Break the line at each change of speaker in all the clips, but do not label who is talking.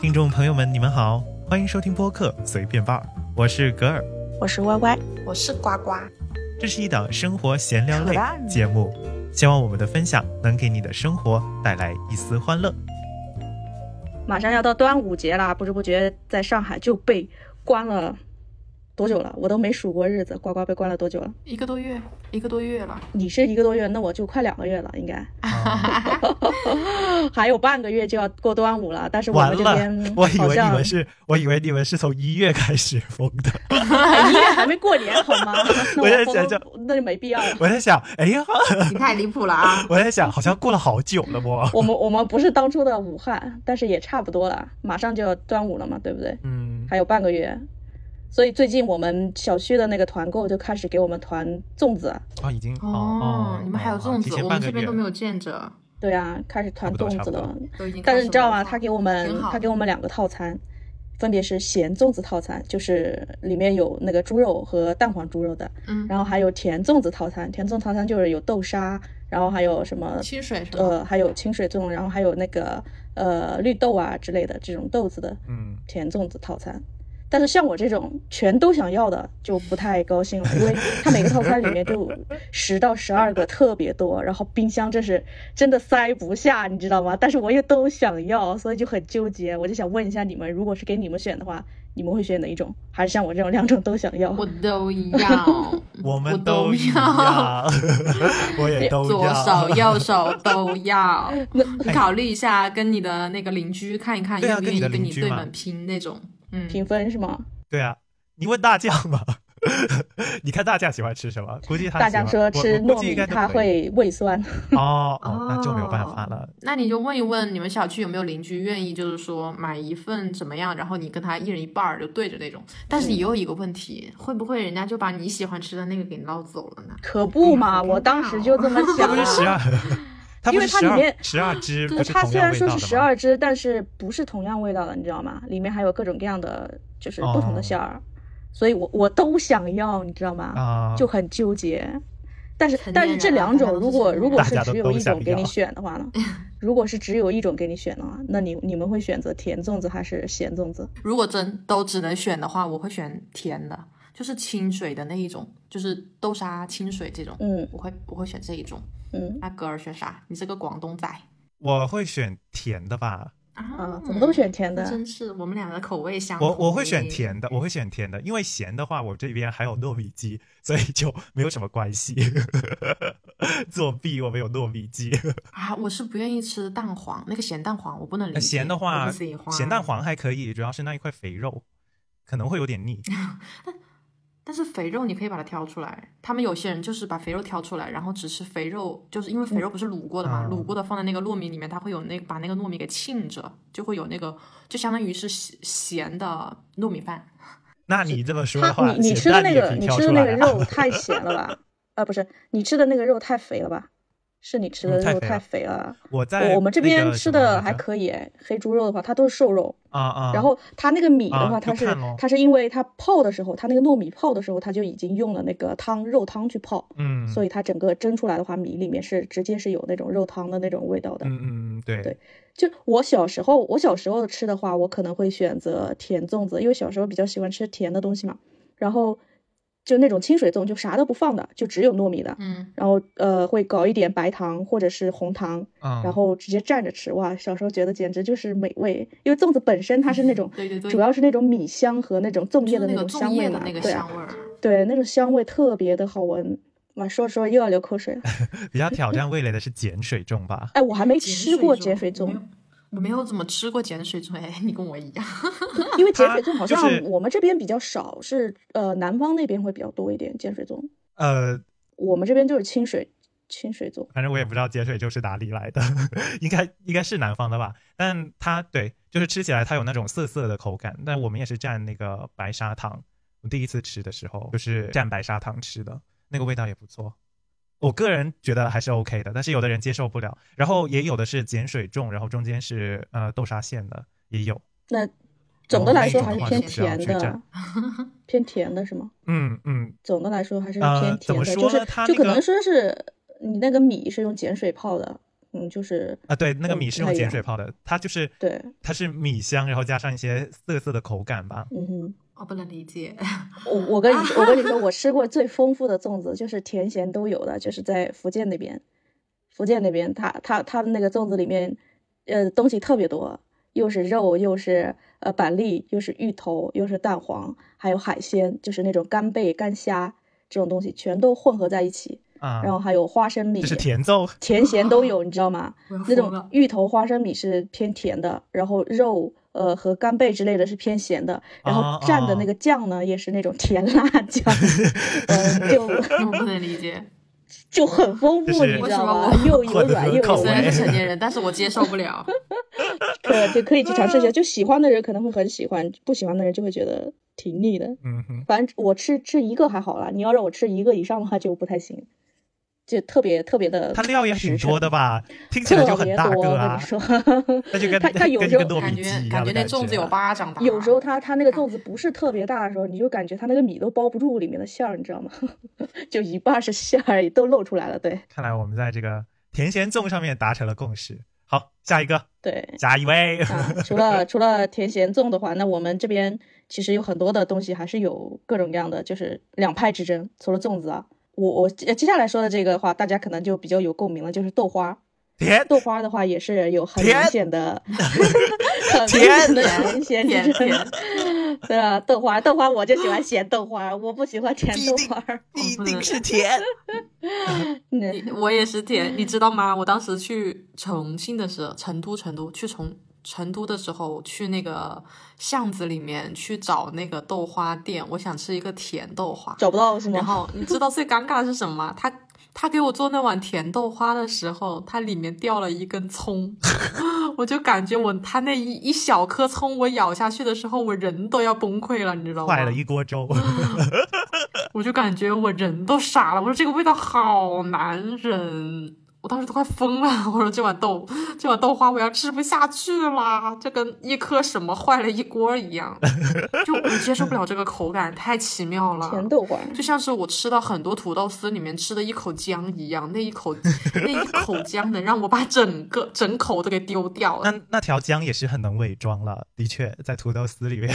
听众朋友们，你们好，欢迎收听播客随便伴儿，我是格尔，
我是歪歪，
我是呱呱。
这是一档生活闲聊类
扯淡
节目，希望我们的分享能给你的生活带来一丝欢乐。
马上要到端午节啦，不知不觉在上海就被关了多久了？我都没数过日子，呱呱被关了多久了？
一个多月，一个多月了。
你是一个多月，那我就快两个月了，应该
啊、
还有半个月就要过端午了。但是我
完
们这
了
边，
我以
好
为你
像
们是，我以为你们是从一月开始封的，
哎一月还没过年，好吗？那
我也
疯
想想
那就没必要了。
我在想，哎呀，
你太离谱了 啊！
我在想，好像过了好久了不？
我们我们不是当初的武汉，但是也差不多了，马上就要端午了嘛，对不对？
嗯，
还有半个月，所以最近我们小区的那个团购就开始给我们团粽子，啊
哦，已经
哦，你们还有粽
提
子，
前
我
半
们
个
这边
月
都没有见着，
对啊，开始
差
团
不多
粽
差
子
不多
了。
都已经开
但
始了。
是你知道吗？他给我们
挺好
他给我们两个套餐，分别是咸粽子套餐，就是里面有那个猪肉和蛋黄猪肉的，
嗯，
然后还有甜粽子套餐，甜粽套餐就是有豆沙，然后还有什么
清水是吧？
呃，还有清水粽，然后还有那个呃绿豆啊之类的这种豆子的
嗯，
甜粽子套餐。但是像我这种全都想要的就不太高兴了，因为它每个套餐里面就十到十二个，特别多，然后冰箱真是真的塞不下，你知道吗？但是我又都想要，所以就很纠结。我就想问一下你们，如果是给你们选的话，你们会选哪一种？还是像我这种两种都想要？
我 都要，
我
我
们
都
一
要，
样， 我也都
左
要，
手右手都要。你
哎
考虑一下，跟你的那个邻居看一看，
对啊
愿
跟你
不愿意
的
跟
邻
你
居
对
嘛
门拼那种。嗯，
评分是吗？
对啊，你问大酱吧， 你看大酱喜欢吃什么？估计他
大家
喜欢
说吃
我我
糯
估计
米
应该都
它
可以
会胃酸，
哦哦，那就没有办法 了。
那你就问一问你们小区有没有邻居愿意，就是说买一份怎么样，然后你跟他一人一半儿就对着那种。但是也有一个问题，会不会人家就把你喜欢吃的那个给捞走了呢？
可不嘛！
嗯
我当时就这 么
它
想
不是十
啊。
二，它不是
因为它
十
里面
二十二只，不
对，
是
它
同
虽
样
然
味
说
道
是
的
十
吗，
二只，但是不是同样味道的，你知道吗？里面还有各种各样的，就是不同的
哦
馅儿，所以我我都想要，你知道吗？
啊，
就很纠结。但是
成年人
但是这两种，
了大家都
如果
是成年人
如果是
大家都
只有一
都想
种
要
给你选的话呢？如果是只有一种给你选的话，那你你们会选择甜粽子还是咸粽子？
如果真都只能选的话，我会选甜的，就是清水的那一种，就是豆沙清水这种。
嗯
我会我会选这一种。
嗯
那格尔选啥？你是个广东仔
我会选甜的吧，
啊，怎么都选甜的
那，真是我们俩的口味相同。
我我会
哦
选。甜的，我会选甜的，因为咸的话我这边还有糯米鸡，所以就没有什么关系。 作弊，我没有糯米鸡。
啊，我是不愿意吃蛋黄，那个咸蛋黄我不能理解。
呃咸的
我
话
不喜，欢
咸蛋，黄还可以，主要是那一块肥肉可能会有点腻。
但是肥肉你可以把它挑出来。他们有些人就是把肥肉挑出来，然后只吃肥肉，就是因为肥肉不是卤过的嘛，
嗯
卤过的放在那个糯米里面，它会有那个把那个糯米给浸着，就会有那个就相当于是咸咸的糯米饭。
那你这么说的
它
话，
你你
咸
吃的
蛋
那
也
个
可以
你
挑
吃的
出
那
来
个
啊
肉太咸了吧？啊，不是，你吃的那个肉太肥了吧？是你吃的
嗯太
肉
肥
太
了
肥了。
我在
我我们这
那个
边
什
吃
么来
的还
着
可以诶，黑猪肉的话，它都是瘦肉，
啊啊，
然后它那个米的
啊
话，它
就看咯
是它是因为它泡的时候，它那个糯米泡的时候，它就已经用了那个汤肉汤去泡，
嗯，
所
以
以它整个蒸出来的话，米里面是直接是有那种肉汤的那种味道的。
嗯嗯嗯对
对就我小时候，我小时候吃的话，我可能会选择甜粽子，因为小时候比较喜欢吃甜的东西嘛。然后就那种清水粽，就啥都不放的，就只有糯米的。
嗯，
然后呃，会搞一点白糖或者是红糖，
嗯，
然后直接蘸着吃。哇，小时候觉得简直就是美味，因为粽子本身它是那种，
对 对对
主要是那种米香和那种粽
就
叶
是
的
那个
种
粽
香味
叶的
嘛，
那个
对啊
香，味儿。
对，那种香味特别的好闻。哇，说着说着又要流口水了。
比较挑战味蕾的是碱水粽吧？
哎，我还没
碱
吃过碱水
水
粽
没，有我没有怎么吃过碱水粽，哎，你跟我一样。
因为碱
它
水粽好
就
像
是
我们这边比较少，是呃南方那边会比较多一点碱水粽，
呃，
我们这边就是清水清水粽。
反正我也不知道碱水粽是哪里来的， 应该应该是南方的吧？但它对，就是吃起来它有那种涩涩的口感。但我们也是蘸那个白砂糖，我第一次吃的时候就是蘸白砂糖吃的，那个味道也不错。我个人觉得还是 OK 的，但是有的人接受不了。然后也有的是碱水粽，然后中间是呃豆沙馅的，也有。
那总
哦
的来说
那
还
种
是
的话
偏
就不需
要
甜
去蘸
的，偏甜的是吗？
嗯嗯，
总的来说还是
呃
偏
怎
甜
么
的，
说
就
呢它
是
那
就可
个
能说是你那个米是用碱水泡的，嗯，就是
啊，对，那个米
嗯
是
不太
用
一
碱
样
水泡的，它就是
对，
它是米香，然后加上一些涩涩的口感吧。
嗯哼。
我不能理解。
我我跟你说，我跟你说，我吃过最丰富的粽子，就是甜咸都有的，就是在福建那边。福建那边，它它它那个粽子里面，呃，东西特别多，又是肉，又是呃板栗，又是芋头，又是蛋黄，还有海鲜，就是那种干贝、干虾这种东西全都混合在一起，
啊，
然后还有花生米
这，是甜粽，
甜咸都有，你知道吗？
我要
那
疯
种
了。
芋头花生米是偏甜的，然后肉呃和干贝之类的是偏咸的，然
啊
后蘸的那个酱呢、也是那种甜辣酱， 嗯，就
我不能理解，
就很丰
就
富，
是
你知道
为
吗
什？
又柔软又
口
有
虽
味
然
味，
是成年人，但是我接受不 了。
可就可以去尝试一下。
嗯
就喜欢的人可能会很喜欢，不喜欢的人就会觉得挺腻的。
嗯哼，
反正我吃吃一个还好啦，你要让我吃一个以上的话就不太行，就特别特别的。
它料也挺多的吧？听起来就
呃特
很
别
大
多，
个
我跟
啊
你，说，
那就跟
它它有
跟一
时
个
候
糯
感
米
觉
鸡一样
感
的
觉那粽子有
啊
巴掌大。
有时候它它那个粽子不是特别大的时候，你就感觉它那个米都包不住里面的馅儿，你知道吗？ 就一半是馅儿都露出来了。对
看来我们在这个甜咸粽上面达成了共识。好，下一个，
对
下一位，
啊，除了除了甜咸粽的话，那我们这边其实有很多的东西还是有各种各样的，就是两派之争。除了粽子啊，我我接接下来说的这个的话，大家可能就比较有共鸣了，就是豆花。
哎
甜
豆花的话也是有很明
甜
显的， 很明显的明显
甜
就是
甜，
对啊，豆花豆花我就喜欢咸豆花，我不喜欢甜
必
豆
定
花。
一定是 甜。
嗯，
你我也是甜，你知道吗？我当时去重庆的时候，成都成都去重成都的时候，去那个巷子里面去找那个豆花店，我想吃一个甜豆花。
找不到是
然
吗？
后你知道最尴尬的是什么吗？他他给我做那碗甜豆花的时候，它里面掉了一根葱， 我就感觉我他那一一小颗葱，我咬下去的时候，我人都要崩溃了，你知道吗？
坏了一锅粥，
嗯
我就感觉我人都傻了，我说这个味道好难忍，我当时都快疯了，我说这碗豆这碗豆花我要吃不下去啦，这跟一颗什么坏了一锅一样， 就我接受不了这个口感，太奇妙
啊
了。
甜豆花，
就像是我吃到很多土豆丝里面吃的一口姜一样，那一口那一口姜能让我把整个整口都给丢掉了
那。那条姜也是很能伪装了，的确，在土豆丝里 面，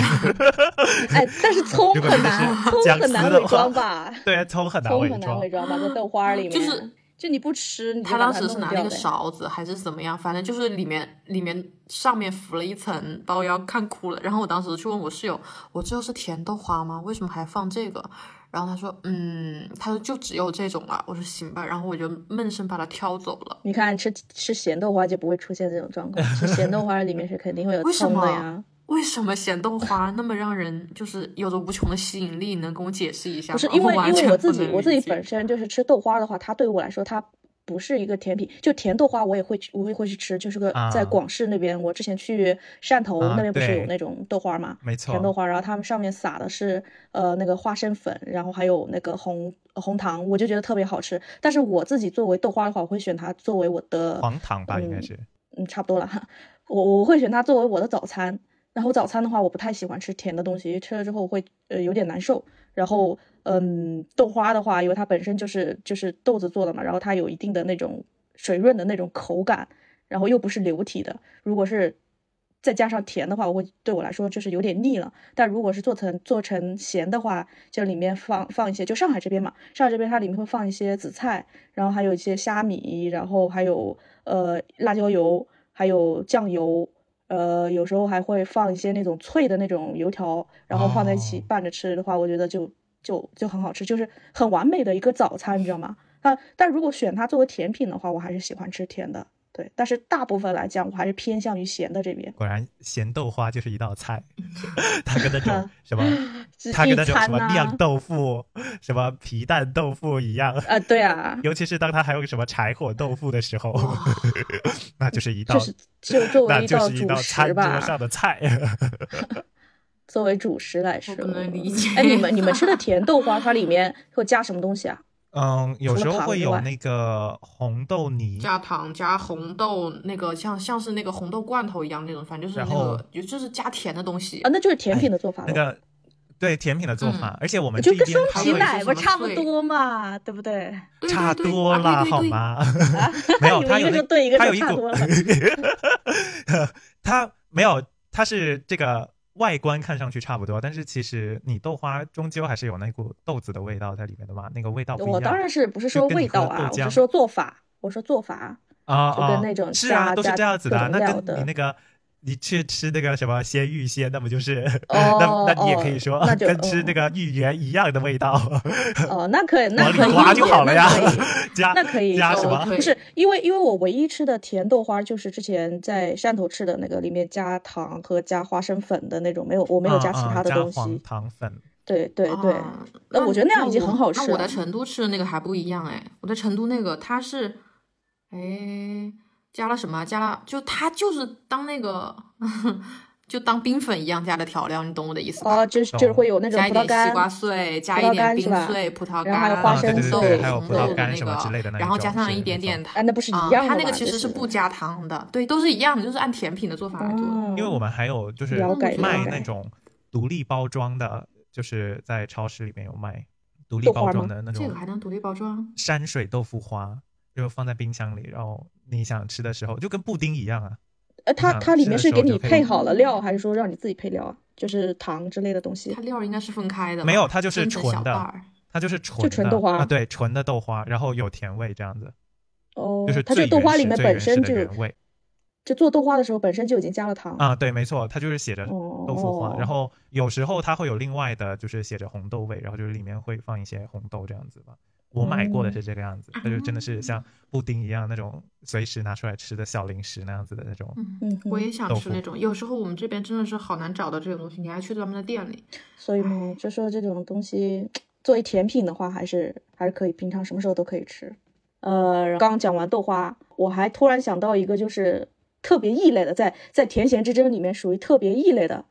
哎，但是葱
如果
很
真的
难，
是
葱
姜
很
丝
难
的
伪
话
装吧？
对，葱很难
葱
伪
很难
装
伪。装吧，在豆花里面，
就是
就你不吃，你就
他
把
当
它
时是
弄
拿
掉
那个
呗
勺子还是怎么样，反正就是里面里面上面浮了一层，把我要看哭了。然后我当时去问我室友，我这是甜豆花吗？为什么还放这个？然后他说，嗯，他说就只有这种了。我说行吧，然后我就闷声把它挑走了。
你看吃吃咸豆花就不会出现这种状况，吃咸豆花里面是肯定会有
为什
葱的
么
呀。
为什么咸豆花那么让人就是有着无穷的吸引力？能跟我解释一下
不
吗？
是因为
完
因为
全
我
不
自己
能
我自
理
己
解
本身就是吃豆花的话，它对我来说它不是一个甜品，就甜豆花我也会去我也会去吃，就是个
啊
在广式那边，我之前去汕头
啊
那边不是有
对
那种豆花嘛，
没错
甜豆花，然后他们上面撒的是呃那个花生粉，然后还有那个红呃红糖，我就觉得特别好吃。但是我自己作为豆花的话，我会选它作为我的
黄糖吧，应该
嗯
是
嗯，差不多了哈。我我会选它作为我的早餐。然后早餐的话，我不太喜欢吃甜的东西，吃了之后会呃有点难受。然后嗯，豆花的话，因为它本身就是就是豆子做的嘛，然后它有一定的那种水润的那种口感，然后又不是流体的。如果是再加上甜的话，我会对我来说就是有点腻了。但如果是做成做成咸的话，就里面放放一些，就上海这边嘛，上海这边它里面会放一些紫菜，然后还有一些虾米，然后还有呃辣椒油，还有酱油，呃有时候还会放一些那种脆的那种油条，然后放在一起
哦
拌着吃的话，我觉得就就就很好吃，就是很完美的一个早餐，你知道吗？但但如果选它作为甜品的话，我还是喜欢吃甜的，对。但是大部分来讲，我还是偏向于咸的这边。
果然咸豆花就是一道 菜，它跟那种什么，
是
它
一
跟那种什
餐啊
么
呐
酿豆腐、什么皮蛋豆腐一样。
啊，对 啊，
尤其是当它还有什么柴火豆腐的时候， 那就是一道
就，是就 作
那
为一
就
道
是一
主
道餐
食
桌上
吧，
的 菜。
作为主食来说
我，不能理解
哎，你们你们吃的甜豆花，它里面会加什么东西啊？
嗯，有
除
时
了
候
糖
会
之
有
外
那个红豆泥，
加糖加红豆，那个像像是那个红豆罐头一样那种，反正就是
然
那
后
个就就是加甜的东西
啊，。那就是甜
哎
品的做法
那
了。
个对甜品的做法，
嗯
而且我们这
就
边
跟生
它
啤
会
奶不差不多嘛，对不对？
对
差
对对
多了
啊对对
好
对
吗？
啊
没有，它
一
有
个
那
说对，一个
它有
说
一
差多
股
了。，
它没有，它是这个外观看上去差不多，但是其实你豆花终究还是有那股豆子的味道在里面的嘛，那个味啊道不一样。
我当然是不是
就
说
跟你
味
喝
道
豆
啊，我
浆
是说做法，我说做法。
啊
就
啊，
跟那种
是啊，
加
都是
加
这样子的啊，
各种
那
料
跟你
的
那个。你去吃那个什么鲜芋仙，那不就是？
哦
那那你也
哦
可以说，
那 就
跟吃那个芋圆一样的味道，
哦，那可以，那
往里
可以
刮就
理解
好了呀
那可 以。。
加
那可以
加
哦
什么？
可以
不是因为因为我唯一吃的甜豆花就是之前在汕头吃的那个，里面加糖和加花生粉的那种，没有我没有加其
嗯嗯
他的东西。嗯
黄糖粉，
对对对，
啊
那我觉得那样已经
我
很好吃
那我
了
在成都吃的那个还不一样哎，我在成都那个它是，哎，加了什么？加了就它就是当那个， 就当冰粉一样加的调料，你懂我的意思吧？
哦，就是就是
懂
会有那种
加一
葡萄
点西瓜
干，
碎，加
葡
一
萄
点
干
冰
是吧
碎，葡萄
然
干，
后还有花
啊对
生
对
豆
对对，还有
红
葡
豆
萄
的
干
嗯那
什么
个
之类的那一种，
然后加上一
是
点
没
点
错
啊，
糖。
那不是
啊
一，样的
它
吗？
那个其实
就是
不加糖的，对，都是一样的，就是按甜品的做法来做的。
哦
因为我们还有就是
了
解
卖
了
那
解
种独立包装的，就是在超市里面有卖独立
豆
包
花
装
吗
的那
这
种
个还能独立包装？
山水豆腐花，就放在冰箱里，然后你想吃的时候就跟布丁一样啊。
呃，它
想
它里
吃
面
的
是
时
给
候就嗯
你
可以
配好了料，还是说让你自己配料啊？就是糖之类的东西
它。料应该是分开的吧，
没有它就是
分成
纯
小
的
袋儿
它就是纯的
纯豆花
啊，对，纯的豆花，然后有甜味这样子，
哦
就是，
它
最
这豆
原
花里
始
面
最
本
原始
身
的
就
原味
就做豆花的时候本身就已经加了糖。
啊，对，没错，它就是写着
哦
豆腐花，然后有时候它会有另外的，就是写着红豆味，然后就是里面会放一些红豆这样子吧。我
哦
买过的是这个样子，它就真的是像布丁一样那种随时拿出来吃的小零食那样子的那种。
嗯，
嗯哼，
我也想
豆
吃
腐
那种。有时候我们这边真的是好难找到这种东西，你还去他们的店里。
所以嘛，就说这种东西作为甜品的话，还是还是可以，平常什么时候都可以吃。呃，刚讲完豆花，我还突然想到一个，就是特别异类的，在在甜咸之争里面属于特别异类的，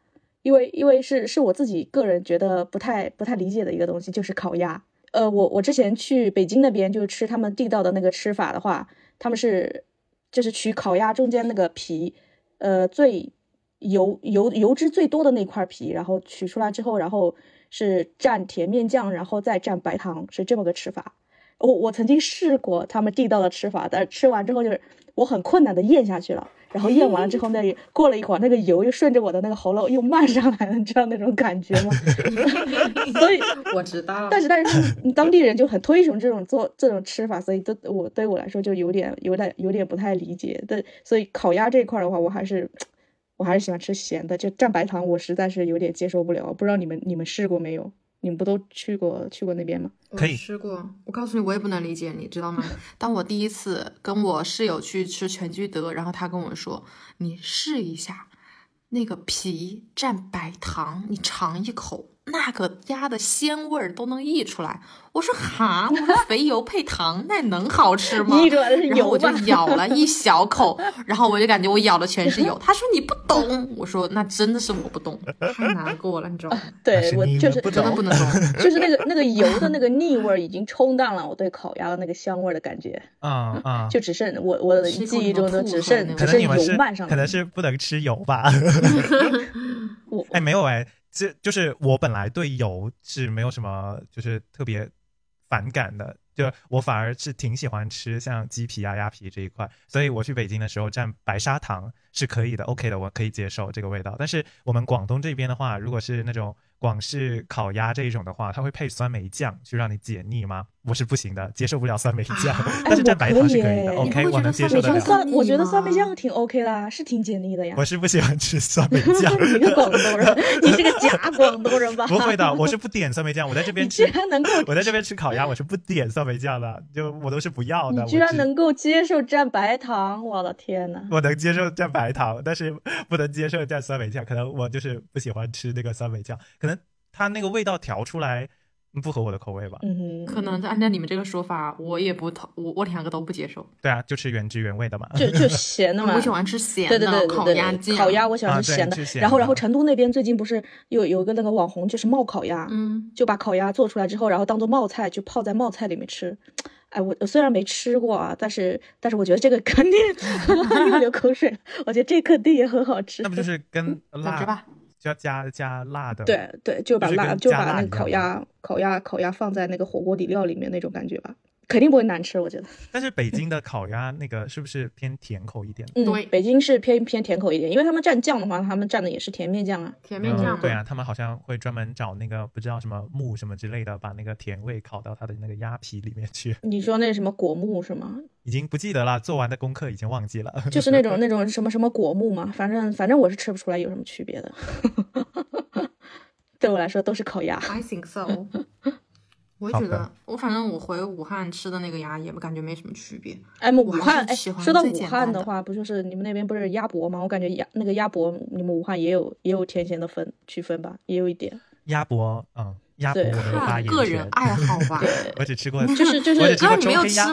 因为因为是是我自己个人觉得不太不太理解的一个东西，就是烤鸭。呃，我我之前去北京那边就吃他们地道的那个吃法的话，他们是就是取烤鸭中间那个皮，呃最油油油脂最多的那块皮，然后取出来之后，然后是蘸甜面酱，然后再蘸白糖，是这么个吃法。我我曾经试过他们地道的吃法，但吃完之后就是我很困难的咽下去了，然后咽完了之后，那里过了一会儿，那个油又顺着我的那个喉咙又漫上来了，你知道那种感觉吗？ 所 以
我知道
但是但 是他们当地人就很推崇这种做这种吃法，所以对我对我来说就有点有点有点不太理解。对，所以烤鸭这一块儿的话，我还是我还是喜欢吃咸的，就蘸白糖我实在是有点接受不了。不知道你们你们试过没有？你们不都去过去过那边吗？
我
可以
吃过。我告诉你，我也不能理解你，知道吗？ 当我第一次跟我室友去吃全聚德，然后他跟我说：“你试一下那个皮蘸白糖，你尝一口，那个鸭的鲜味儿都能溢出来。”我说：“哈， 我说肥油配糖，那能好吃吗？”
你出来的是
然后
油啊
我就
吧？
咬了 一小口，然后我就感觉我咬的全是油。他说你不懂，我说那真的是我不懂，太难过了，你知道吗？
对
是
我
你
就
们
是
不
真的不能懂。
就是那个那个油的那个腻味儿已经冲淡了我对烤鸭的那个香味儿的感觉，
啊啊，
就只剩我我的
吃过
记
你
忆
们
中都
吐
只
出来
剩
那
只
可能
个
剩
你们
油
是
漫上
可能
来。
是不能吃油吧？
我
哎，没有哎，这就是我本来对油是没有什么就是特别反感的，就我反而是挺喜欢吃像鸡皮啊、鸭皮这一块，所以我去北京的时候蘸白砂糖是可以的，OK 的，我可以接受这个味道。但是我们广东这边的话，如果是那种广式烤鸭这一种的话，它会配酸梅酱去让你解腻吗？我是不行的，接受不了酸梅酱，
啊
但是
哎
蘸
我
白
可
糖
以
是可以的
哎
你
，OK，我
不会觉
能
得
接
酸
受
梅
得
酱
了
我觉得
的。
酸，我觉得酸梅
腻吗
酱挺 OK 啦，是挺解腻的呀。
我是不喜欢吃酸梅酱。
你个广东 人，你是个假广东人吧？
不会 的，我是不点酸梅酱。我在这边
你居
吃，
然能够，
我在这边吃烤鸭，我是不点酸梅酱的，就我都是不要的。
你
我
居然
只
能够接受蘸白糖，我的天呐！
我能接受蘸白糖，但是不能接受蘸酸梅酱。可能我就是不喜欢吃那个酸梅酱，可能它那个味道调出来嗯不合我的口味吧。
嗯，
可能按照你们这个说法，我也不同，我我两个都不接受。
对啊，就吃原汁原味的嘛。
就就咸的嘛。
我喜欢吃咸
对
的
对对对
烤
对
鸭
对，
酱，
烤鸭，我喜
啊
欢吃
对
咸
吃咸
然后
的
然后成都那边最近不是有有一个那个网红就是冒烤鸭，
嗯，
就把烤鸭做出来之后，然后当做冒菜，就泡在冒菜里面吃。哎，我我虽然没吃过啊，但是但是我觉得这个 肯定又流口水了。我觉得这肯定也很好吃
那。不就是跟
总之
辣
吧，
加加加辣的，
对对，就把
就是跟
辣就
加
把
辣
那
一
个烤
样的
鸭烤鸭烤鸭放在那个火锅底料里面那种感觉吧，肯定不会难吃，我觉得。
但是北京的烤鸭那个是不是偏甜口一点？
嗯，
对
北京是偏偏甜口一点，因为他们蘸酱的话，他们蘸的也是甜面酱啊。
甜面酱
嗯
嘛
对啊，他们好像会专门找那个不知道什么木什么之类的，把那个甜味烤到它的那个鸭皮里面去。
你说那什么果木是吗？
已经不记得了，做完的功课已经忘记了。
就是那种那种什么什么果木嘛，反正反正我是吃不出来有什么区别的。 对我来说都是烤鸭。
I think so 。我也
好
觉得
的，
我反正我回武汉吃的那个鸭也感觉没什么区别。
哎，武
我还
汉
是
哎，
喜欢
说到
最
武
简
汉
单
的
的
话，不就是你们那边不是鸭脖吗？我感觉鸭那个鸭脖，你们武汉也有也有甜咸的分区分吧，也有 一点。
鸭脖，嗯，鸭脖我
对
没有发
看
言
个人
权，
爱好吧。
我只吃过，
就是就是
我只吃
啊
过
你
周
没有
黑鸭
吃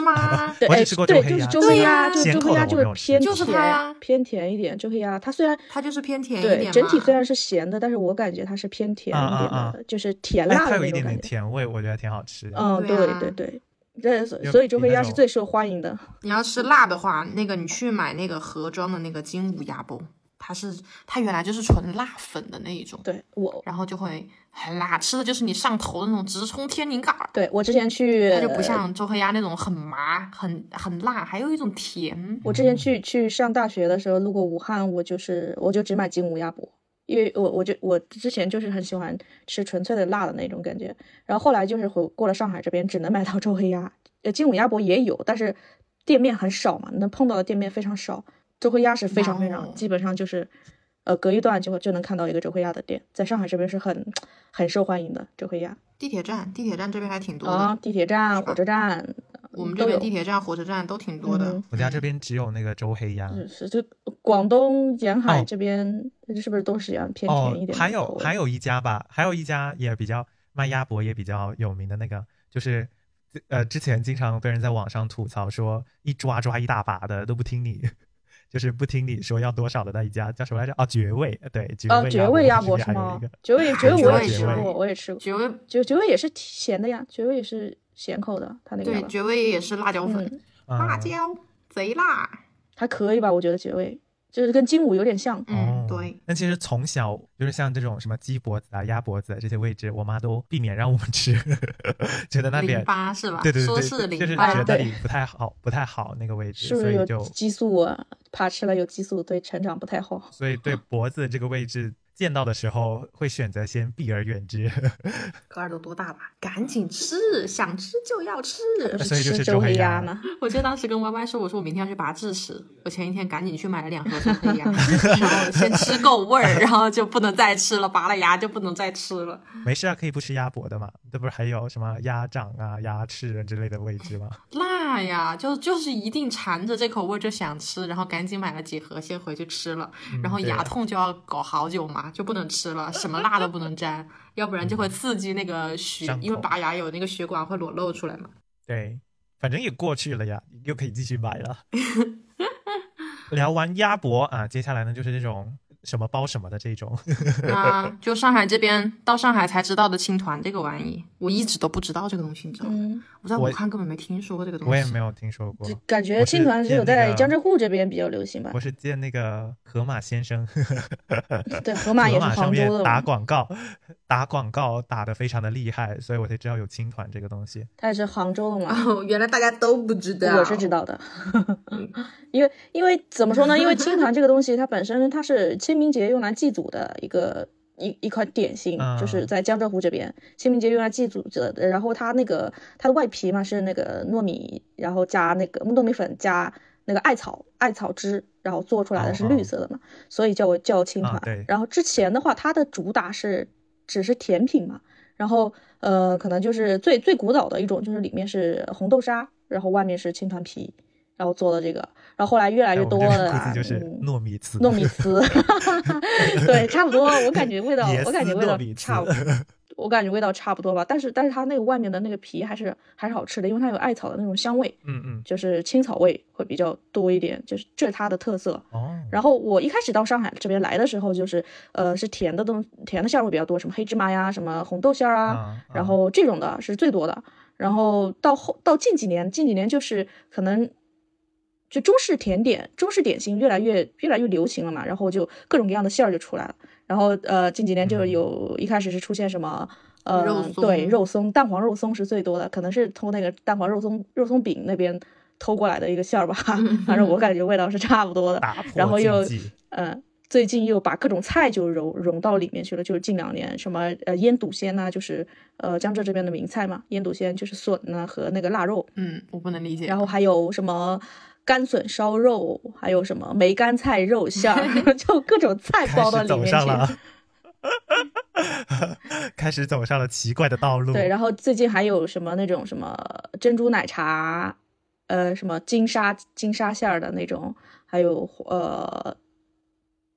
吗
对，
我
哎
只吃过周
对，
黑
就
鸭啊
是周黑鸭，
对
咸口的我
就是周黑鸭就
没
是
有吃
偏
就是它呀
甜偏甜一点。周黑鸭它虽然
它就是偏甜一点
对
嘛。
整体虽然是咸的，但是我感觉它是偏甜一点
啊啊啊
的，就是甜
哎
辣
它
的
有一
那
点
种
点
感觉。
甜味，我觉得挺好吃的。
嗯，
对
对
啊
对对。这所
就
所以周
比
黑
那
鸭是
种
最受欢迎的，
你要吃辣的话，那个你去买那个盒装的那个精武鸭煲，它是它原来就是纯辣粉的那一种，
对我，
然后就会很辣，吃的就是你上头的那种直冲天灵盖儿。
对我之前去，
它就不像周黑鸭那种很麻、很很辣，还有一种甜。
我之前去去上大学的时候，路过武汉，我就是我就只买金武鸭脖，因为我我就我之前就是很喜欢吃纯粹的辣的那种感觉，然后后来就是回过了上海这边，只能买到 周黑鸭，呃，金武鸭脖也有，但是店面很少嘛，能碰到的店面非常少，周黑鸭是非常非
哇哦
常，基本上就是。呃，隔一段就就能看到一个周黑鸭的店，在上海这边是很很受欢迎的周黑鸭
地铁站，地铁站这边还挺多的，
啊，地铁站、火车站，
我们这
都有
边地铁站、火车站都挺多的。
嗯
我家这边只有那个周黑鸭。
是这广东沿海
嗯哦
这边是不是都是这样偏
哦
甜一点的口味？，
还有还有一家吧，还有一家也比较卖鸭脖也比较有名的那个，就是呃之前经常被人在网上吐槽说一抓抓一大把的都不听你，就是不听你说要多少的那一家叫什么来着？哦，绝味，对，绝
呃绝 味鸭脖
脖
是吗？
是
绝味绝
还
味
有
我
一
也
个
吃
绝味
过，我也吃过。
绝味
绝绝味也是咸的呀，绝味也是咸口的，它那个
对
鸭，脖
绝味也是辣椒粉，
嗯，
辣
嗯、
椒贼
哦
辣。
还可以吧？我觉得绝味就是跟金武有点像。
嗯，
哦
对。。
那其实从小就是像这种什么鸡脖子啊、鸭脖子啊这些位置，我妈都避免让我们吃， 觉得那
淋
边。
巴是吧？
对对对
说
对，
是淋
就是
巴，
觉得
对
你不太好，不太好那个位置，
是不
所
是
以
有
就
激素啊？怕吃了有激素对成长不太好。
所以 对脖子这个位置见到的时候，会选择先避而远之。
可耳朵多大吧？赶紧吃，想吃就要 吃。
不
所以就
吃
是周
周
黑
黑
鸭
鸭吗？
我记得当时跟 Y Y 说，我说我明天要去拔智齿，我前一天赶紧去买了两盒周黑鸭， 然后先吃够味儿，然后就不能再吃了，拔了牙就不能再吃了。
没事啊，可以不吃鸭脖的嘛？这不是还有什么鸭掌啊、鸭翅之类的位置 吗？
辣呀，就就是一定馋着这口味就想吃，然后赶紧买了几盒先回去吃了，然后
嗯对
牙痛就要搞好久嘛，就不能吃了，什么辣都不能沾，要不然就会刺激那个血
嗯伤，口
因为拔牙有那个血管会裸露出来 嘛。
对，反正也过去了呀，又可以继续买 了。聊完鸭脖啊，接下来呢就是这种什么包什么的这种，
啊，就上海这边到上海才知道的青团这个玩意，我一直都不知道这个东西，你知道吗？
嗯，
我在
我
武汉根本没听说过这个东西。
我也没有听说过。
感
我
觉
是
青团只
见
有
那
在
个
江浙沪这边比较流行吧
我。是见那个河马先 生，
对，河
河
马也是
上
杭
面
州的
打
嘛，
广告，打广告打得非常的厉害，所以我才知道有青团这个东西。
它也是杭州的嘛。
啊
哦，原来大家都不知道。
我是知
道。
道的，
嗯
因为因为怎么说呢？因为青团这个东西，它本身它是清明节用来祭祖的一个一一款点心，
嗯
就是在江浙沪这边清明节用来祭祖的。然后它那个它的外皮嘛是那个糯米，然后加那个糯米粉加那个艾草艾草汁，然后做出来的是
哦哦
绿色的嘛，所以叫我叫青团。
啊对
然后之前的话，它的主打是只是甜品嘛，然后呃，可能就是最最古早的一种，就是里面是红豆沙，然后外面是青团皮，然后做的这个，然后后来越来
哎
越
我
多
们这边
了
估
啊，
计就是
嗯，
糯米糍，
糯米糍， 对，差不多，我感觉味道
椰，
我感觉
丝
味道
糯米
差不
糍，
我感觉味道差不多吧，但是但是它那个外面的那个皮还是还是好吃的，因为它有艾草的那种香味，
嗯嗯，
就是青草味会比较多一点，就是这是它的特色。
哦，
然后我一开始到上海这边来的时候，就是呃是甜的东甜的馅儿会比较多，什么黑芝麻呀，什么红豆馅儿啊，
啊
然后这种的是最多的。然后到后到近几年，近几年就是可能就中式甜点、中式点心越来越越来越流行了嘛，然后就各种各样的馅儿就出来了。然后呃，近几年就有一开始是出现什么呃
肉松
对肉松、蛋黄肉松是最多的，可能是从那个蛋黄肉松肉松饼那边偷过来的一个馅 儿吧，反正我感觉味道是差不多的。
打破
然后
禁
又
忌
呃，最近又把各种菜就融融到里面去了，就是近两年什么呃腌笃鲜呐、就是呃江浙这边的名菜嘛，腌笃鲜就是笋呐、和那个腊肉，
嗯，我不能理解。
然后还有什么干笋烧肉，还有什么梅干菜肉馅儿， 就各种菜
开
包到
始
里
走
面
上
去。
了，开始走上了奇怪的道路。
对，然后最近还有什么那种什么珍珠奶茶，呃，什么金沙金沙馅儿的那种，还有呃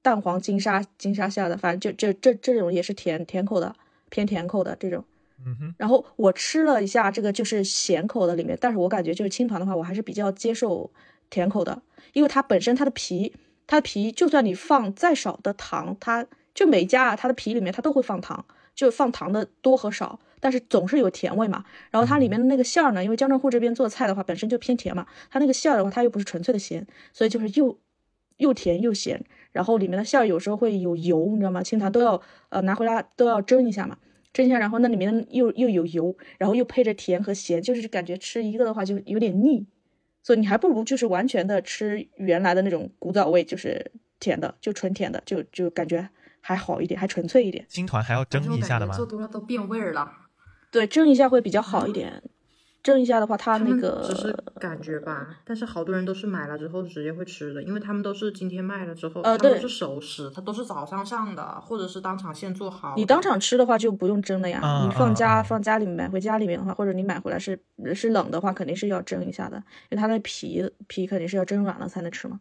蛋黄金沙金沙馅儿的，反正就这这这种也是甜甜口的，偏甜口的这种。
嗯哼，
然后我吃了一下这个就是咸口的里面，但是我感觉就是青团的话，我还是比较接受甜口的，因为它本身它的皮，它的皮就算你放再少的糖，它就每家啊它的皮里面它都会放糖，就放糖的多和少，但是总是有甜味嘛。然后它里面的那个馅儿呢，因为江浙沪这边做菜的话本身就偏甜嘛，它那个馅儿的话它又不是纯粹的咸，所以就是又又甜又咸。然后里面的馅儿有时候会有油，你知道吗？青团都要呃拿回来都要蒸一下嘛。蒸一下，然后那里面又又有油，然后又配着甜和咸，就是感觉吃一个的话就有点腻，所以你还不如就是完全的吃原来的那种古早味，就是甜的，就纯甜的，就就感觉还好一点，还纯粹一点。
青团还要
但是
蒸
我
一
感
下的
觉
吗
做？多了都变味儿了。
对，蒸一下会比较好一点。蒸一下的话，嗯它
他
那
们
个
只是感觉吧，但是好多人都是买了之后直接会吃的，因为他们都是今天卖了之后，
呃
他们
对
都是熟食，它都是早上上的，或者是当场现做好的。
你当场吃的话就不用蒸了呀，
嗯
你放
嗯
家、
嗯
放家里面买回家里面的话，或者你买回来是是冷的话，肯定是要蒸一下的，因为它那皮皮肯定是要蒸软了才能吃嘛。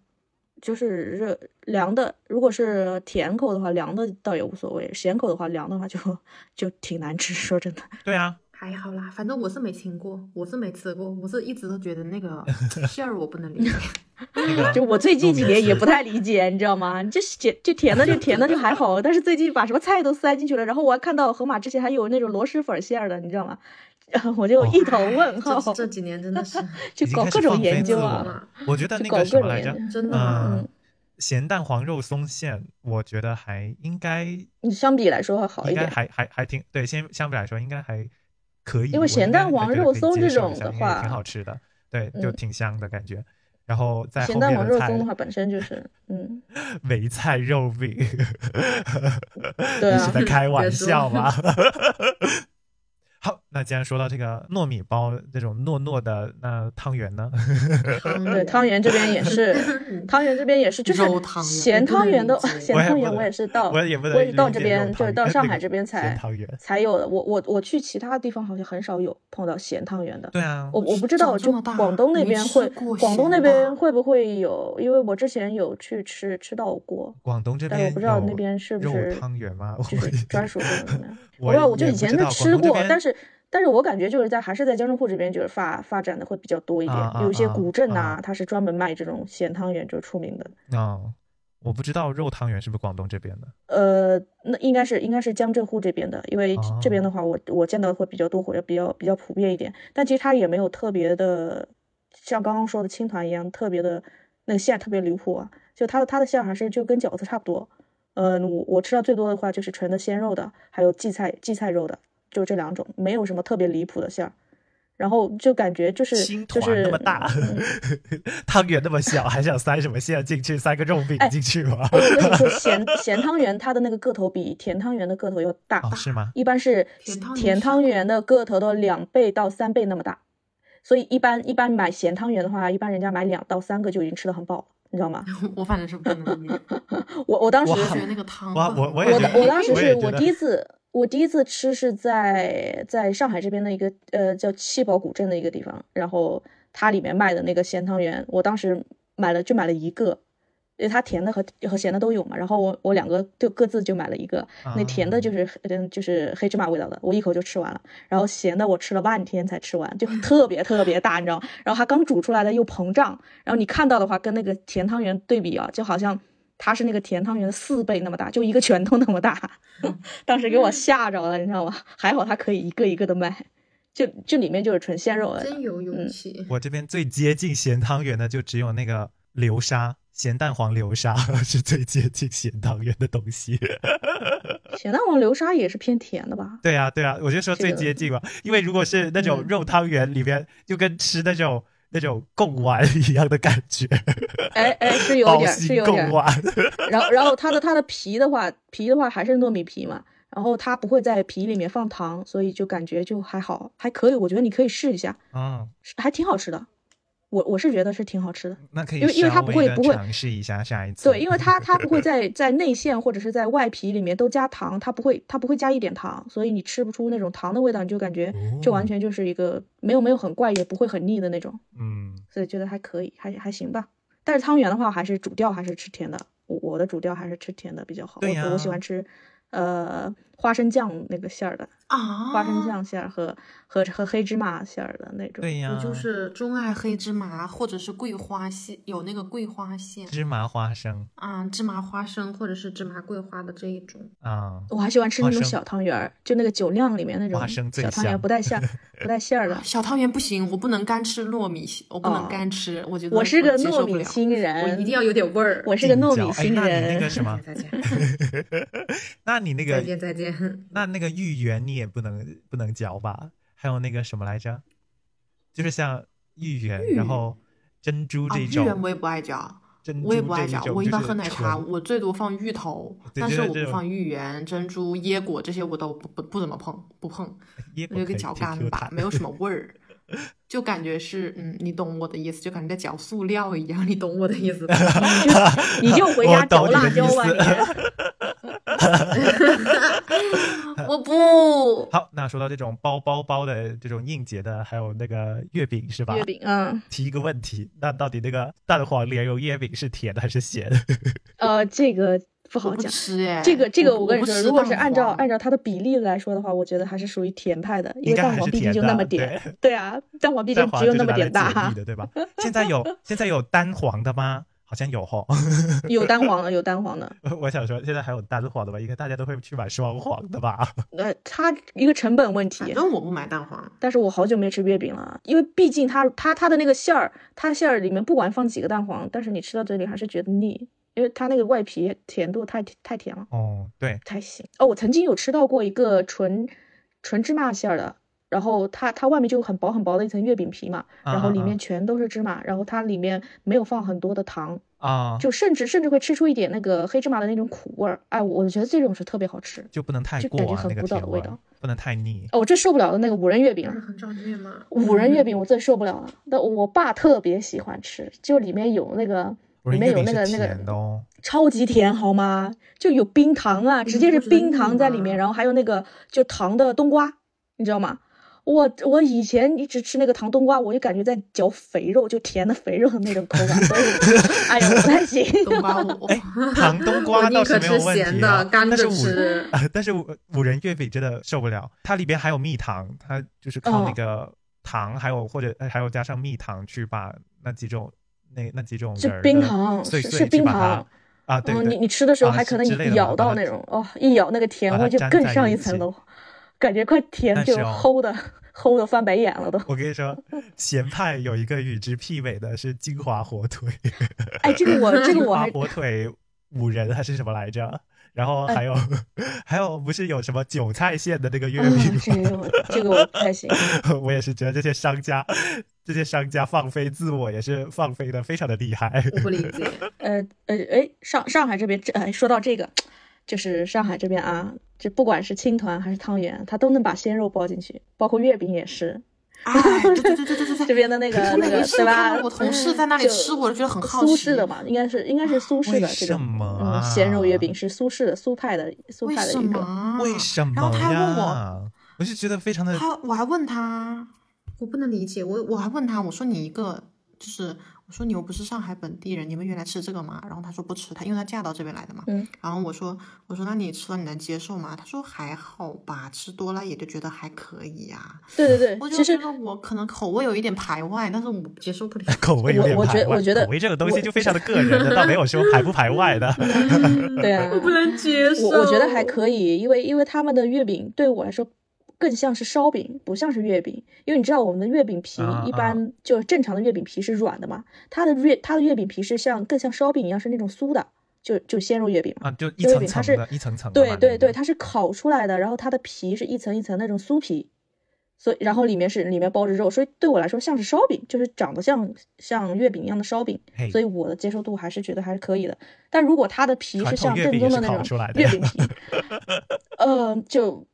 就是热凉的，如果是甜口的话，凉的倒也无所谓；咸口的话，凉的话就就挺难吃。说真的，
对 啊，
还好啦，反正我是没听过，我是没吃过，我是一直都觉得 那个馅儿我不能理解。
那个
就我最近几年
糯米
也
糍
不太理解，你知道吗？这咸就甜的就甜的就还好，但是最近把什么菜都塞进去了，然后我还看到盒马之前还有那种螺蛳粉馅儿的，你知道吗？ 我就 一头问 号。
这这几年真 的是
就
已经
搞
开
各
始
种
放
研
飞
究
自
啊
我，了我觉得
就
那
搞
个什
各
么
种
来
研
着？
究。
真的吗？
嗯
嗯，
咸蛋黄肉松馅，我觉得还应该应
你相比来说会好
嗯
一
该
点，
还还还挺对，先相比来说应该还可以。
因为
我
咸
应该
蛋黄
还觉得
肉
可以
松
接
这
受
种
一下
的
应该也挺
话
好吃的，对，就
嗯
挺香的感觉。然后在
咸
后
蛋
面
黄肉
的
松的
菜
话本身就是，嗯，
梅菜肉饼，
对
你是
啊，
在 开玩
别说
笑吗？ 好，那既然说到这个糯米包这种糯糯的，那汤圆呢？嗯
汤
对，汤圆这边也是， 汤圆这边也是，就是
肉汤圆
咸汤圆的
我不能理解
咸
我也
汤
不
圆，
能
我也是到
我也不能
我也是到
理
这
解
边
肉，
就
汤
是到
圆
上
那
海
个
这边
咸
才
汤圆。
才有的。我我我去其他地方好像很少有碰到咸汤圆的。
对啊，
我我不知
长
道，
这
就
么大
广东那
没
边
吃
会，
过
广东那
咸
边
的
会不会有？因为我之前有去吃吃到过，
广东这
但
边
我不知道那
有
边是不
肉
是
汤圆吗？
就是专属的怎么样
我
不知道，我就
也
以
不
前
知
是
道广
吃
东这
过，
边
但是但是我感觉就是在还是在江浙沪这边就是发发展的会比较多一点，
啊啊
有一些
啊
古镇呐、
啊
它是专门卖这种咸汤圆就出名的。
哦，我不知道肉汤圆是不是广东这边的。
呃，那应该是应该是江浙沪这边的，因为
哦
这这边的话我，我见到的会比较多，或者比较比较普遍一点。但其实它也没有特别的，像刚刚说的青团一样特别的那个馅儿特别离谱啊，就它的它的馅儿还是就跟饺子差不多。嗯、我我吃到最多的话就是纯的鲜肉的，还有荠菜荠菜肉的，就这两种，没有什么特别离谱的馅儿。然后就感觉就是
青
就
团
是
那么大
嗯，
汤圆那么小，还想塞什么馅进去？塞个肉饼
哎
进去 吗？
哎，我跟你说，咸咸汤圆它的那个个头比甜汤圆的个头要大。
哦，是吗？
一般是
甜汤圆
甜
是
汤圆的个头的两倍到三倍那么大，所以一般一般买咸汤圆的话，一般人家买两到三个就已经吃的很饱了，你知道吗？
我反正是不能理解，
我我当时
哇
我
我觉得那个汤
哇
会很
我也觉
我
得
我当时
我也
是
觉
我
得
第一次我第一次吃是在在上海这边的一个呃叫七宝古镇的一个地方，然后它里面卖的那个咸汤圆，我当时买了就买了一个。因为它甜的和和咸的都有嘛，然后我我两个就各自就买了一个，那甜
啊
的就是嗯就是黑芝麻味道的，我一口就吃完了。然后咸的我吃了半天才吃完，就特别特别大，你知道吗？然后它刚煮出来的又膨胀，然后你看到的话跟那个甜汤圆对比啊，就好像它是那个甜汤圆的四倍那么大，就一个拳头那么大。当时给我吓着了，你知道吗？还好它可以一个一个的卖，就就里面就是纯鲜肉的。嗯
真有勇气。
我这边最接近咸汤圆的就只有那个流沙。咸蛋黄流沙 是最接近咸汤圆的东西。
咸蛋黄流沙也是偏甜的吧？
对啊，对啊，我就说最接近吧，因为如果是那
嗯
种肉汤圆里边，就跟吃那种那种贡丸一样的感觉。
哎哎，是有
包
点，是
心
有点
贡。丸，
然后然后它的它的皮的话，皮的话还是糯米皮嘛，然后它不会在皮里面放糖，所以就感觉就还好，还可以。我觉得你可以试一下，
嗯，
是还挺好吃的。我我是觉得是挺好吃的。
那可以
因为因为它
稍
不
微
会
地
不会
尝试一下下一次。
对，因为它它不会在在内馅或者是在外皮里面都加糖，它不会它不会加一点糖，所以你吃不出那种糖的味道，你就感觉就
哦
完全就是一个没有没有很怪，也不会很腻的那种，
嗯，
所以觉得还可以，还还行吧。但是汤圆的话，还是主调还是吃甜的，我我的主调还是吃甜的比较好。
对
我
呀
我喜欢吃，呃，花生酱那个馅儿的，
啊，
花生酱馅儿和和和黑芝麻馅儿的那种。
哦对呀、
我就是钟爱黑芝麻，或者是桂花馅，有那个桂花馅
芝麻花生
啊、芝麻花生或者是芝麻桂花的这一种。
啊、
我还喜欢吃那
花
种
生
小汤圆儿，就那个酒酿里面那
花
种
生最
小汤圆儿，
香
不带馅儿不带馅儿的。
小汤圆不行，我不能干吃糯米，我不能
哦
干吃，我觉得
我是个
接
糯
受不
米
了，
星
我
人，
一定要有点味儿。
我是个
近
糯
角
米
哎
星
那你那个
人。
什么？
再见，
那你那
再
个
见，再见。
那那个芋圆你也不能不能嚼吧？还有那个什么来着？就是像芋圆，然后珍珠
啊，
这
芋
种，
圆我也不爱嚼，
珍珠
我也不爱嚼，
这一种
我一般
嗯就是
喝奶茶，
纯
我最多放芋头，
对
但
就是
我
是这
不
种
放芋圆、珍珠、椰果这些，我都不不不怎么碰，不碰，
椰
我
果
觉得
可
跟
以
嚼
挺 Q
干吧，
弹
没有什么味儿，就感觉是嗯，你懂我的意思，就感觉在嚼塑料一样，你懂我的意思吧？
你就回家
我懂
嚼
你的
辣椒
意
吧，
思
你
我 不，
好，那说到这种包包包的这种应节的，还有那个月饼是吧？
月饼，嗯，
提一个问题，那到底那个蛋黄莲蓉月饼是甜的还是咸的？
呃，这个不
我
好
不
讲。
吃哎，
这个这个，
我
我跟你
不
说，
吃
如果是
蛋
按照
黄
按照它的比例来说的话，我觉得还是属于甜派的，
应
因为
该
蛋
还
黄
是
毕竟
甜
就那
的
么
对
点，对啊，蛋黄毕竟
蛋黄
只有
就是
那么
拿来
点
解
大
腻，的，对吧？现在有现在有单黄的吗？好像有吼。
有蛋黄的，有蛋黄的。
我想说，现在还有单黄的吧？应该大家都会去买双黄的吧？
呃，它一个成本问
反
题，
正我不买蛋黄，
但是我好久没吃月饼了，啊因为毕竟它它它的那个馅儿，它馅儿里面不管放几个蛋黄，但是你吃到嘴里还是觉得腻，因为它那个外皮甜度太太甜了。
哦，对，
不太行。哦，我曾经有吃到过一个纯纯芝麻馅儿的，然后它它外面就很薄很薄的一层月饼皮嘛，
啊
然后里面全都是芝麻，然后它里面没有放很多的糖，
啊，
就甚至甚至会吃出一点那个黑芝麻的那种苦味儿。哎，我觉得这种是特别好吃。
就不能太
就感
过
觉
啊，那
很
个
古
甜
老的
味
味道，
不能太腻。
哦，我最受不了的那个五仁月饼了。
很照虐 吗？
五仁月
嗯
饼我最受不了了，但我爸特别喜欢吃，就里面有那个，
我
里
说
面
月饼
有那个
是
那
甜的
个
哦，
超级甜，好吗？就有冰糖啊，直接是冰糖在里面，
嗯
然后还有那个就糖的冬瓜，你知道吗？我我以前一直吃那个糖冬瓜，我就感觉在嚼肥肉，就甜的肥肉的那种口感，所以哎呀不太行。
冬瓜我
哎，糖冬瓜
我
倒
宁
是
可
没
吃
有问
咸
题
的，
啊，
干
但
着
是五
吃。
啊，但是五五仁月饼真的受不了，它里边还有蜜糖，它就是靠那
哦
个糖，还有或者呃还有加上蜜糖去把那几种那那几种
是
仁
冰
的
糖
碎
是
碎
是
去
冰
把它
糖
啊， 对
哦，
对
你你吃的时候
啊
还
是
可能
之类的吧
咬
把
到
它
那种哦，一咬那个甜
把
味
它
就
粘
更
在
上
一
一层
起
楼，感觉快甜
但
就是
哦
齁的齁的翻白眼了都。
我跟你 说，咸派有一个与之媲美的是金华火腿，
哎，这个我这个
金
我
华
还
火腿五仁还是什么来着？然
呃
后还有、 还有不是有什么韭菜馅的那个月
啊，
饼
这个我这个我不太行。
吗？ 我也是觉得这些商家这些商家放飞自我也是放飞的非常的厉害。
我不理解，
呃呃，哎，上上海这边这哎，说到这个，就是上海这边啊，就不管是青团还是汤圆，它都能把鲜肉包进去，包括月饼也是。
哎， 对对对对对对对，
这边的那个
我
那
每
个
次
对吧
看到？我同事在那里
就
吃我就觉得很好
苏
奇
式的嘛，应该是应该是苏式
为
的这
什
种
么
嗯
啊
鲜肉月饼是苏式的苏派的苏
为
派的
什
一种。
么？
为什么呀？
然后他还问我，
我就觉得非常
嗯
的
他我还问他，我不能理解，我我还问他，我说你一个就是我说你又不是上海本地人，你们原来吃这个吗？然后他说不吃，他因为他嫁到这边来的嘛。
嗯。
然后我说我说那你吃了你能接受吗？他说还好吧，吃多了也就觉得还可以啊。
对对
我
对，其
就觉
实
得我可能口味有一点排外，但是我接 受不了。
口味有
我
点
我
排
觉得
外。
我觉得
口味这个东西
我
就非常的个人 的，倒没有说排不排外的。
对啊，
能接
我我觉得还可以，因为因为他们的月饼对我来说，更像是烧饼，不像是月饼，因为你知道我们的月饼皮
啊
一
啊
般就是正常的月饼皮是软的嘛，它的月它的月饼皮是像更像烧饼一样是那种酥的，就就鲜肉月饼嘛。
啊，就一
月
层
饼它
层的，
是
一层层的嘛，
对对对，
那个
它是烤出来的，然后它的皮是一层一层那种酥皮，所以然后里面是里面包着肉，所以对我来说像是烧饼，就是长得像像月饼一样的烧饼，
嘿
所以我的接受度还是觉得还是可以的。但如果它的皮
传
是
统
像
月
正
饼
宗
也是
的那
烤
种
出来的
月
呀
饼皮，呃，就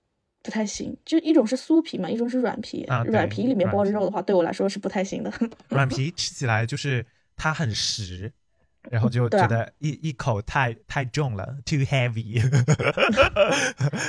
不太行。就一种是酥皮嘛，一种是软皮，
啊
软
对
皮里面
软
包着
皮
肉的话，对我来说是不太 行的。
软皮吃起来就是它很实，然后就
对
觉
啊
得一、一口太太重了，too heavy，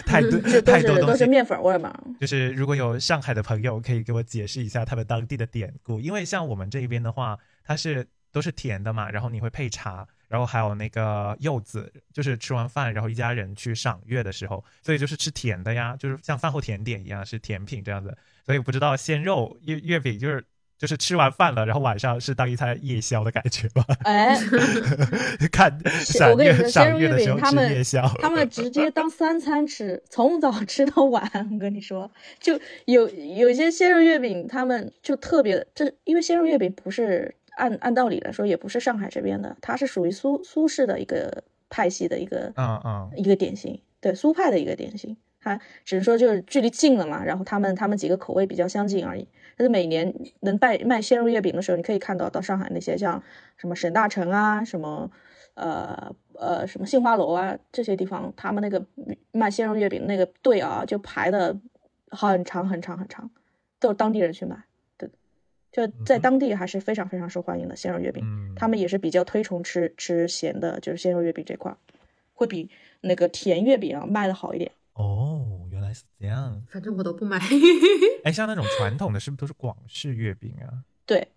太多
就都
太多
是
东
都是
西。
面粉味儿嘛，
就是如果有上海的朋友，可以给我解释一下他们当地的典故，因为像我们这边的话，它是都是甜的嘛，然后你会配茶，然后还有那个柚子，就是吃完饭然后一家人去赏月的时候，所以就是吃甜的呀，就是像饭后甜点一样是甜品这样子。所以不知道鲜肉月月饼就是就是吃完饭了，然后晚上是当一餐夜宵的感觉吧？
哎，
看
是我
赏
跟你
月
说，鲜
赏
肉
月
月
的时
饼
候
他
吃
们
夜宵，
他们直接当三餐吃，从早 吃到晚。我跟你说，就有有一些鲜肉月饼，他们就特别，这因为鲜肉月饼不是按按道理来说也不是上海这边的，它是属于苏苏式的一个派系的一个
嗯嗯
一个点心，对苏派的一个点心。它只是说就是距离近了嘛，然后他们他们几个口味比较相近而已。但是每年能卖卖鲜肉月饼的时候，你可以看到到上海那些像什么沈大成啊，什么呃呃什么杏花楼啊这些地方，他们那个卖鲜肉月饼那个队啊，就排的很长很长很长，都是当地人去买。对，就
嗯
在
哼
当地还是非常非常受欢迎的鲜肉月饼。
嗯，
他们也是比较推崇吃吃咸的，就是鲜肉月饼这块儿，会比那个甜月饼啊卖的好一点。
哦，原来是这样。
反正我都 不买。
哎，像那种传统的，是不是都是广式月饼啊？
对，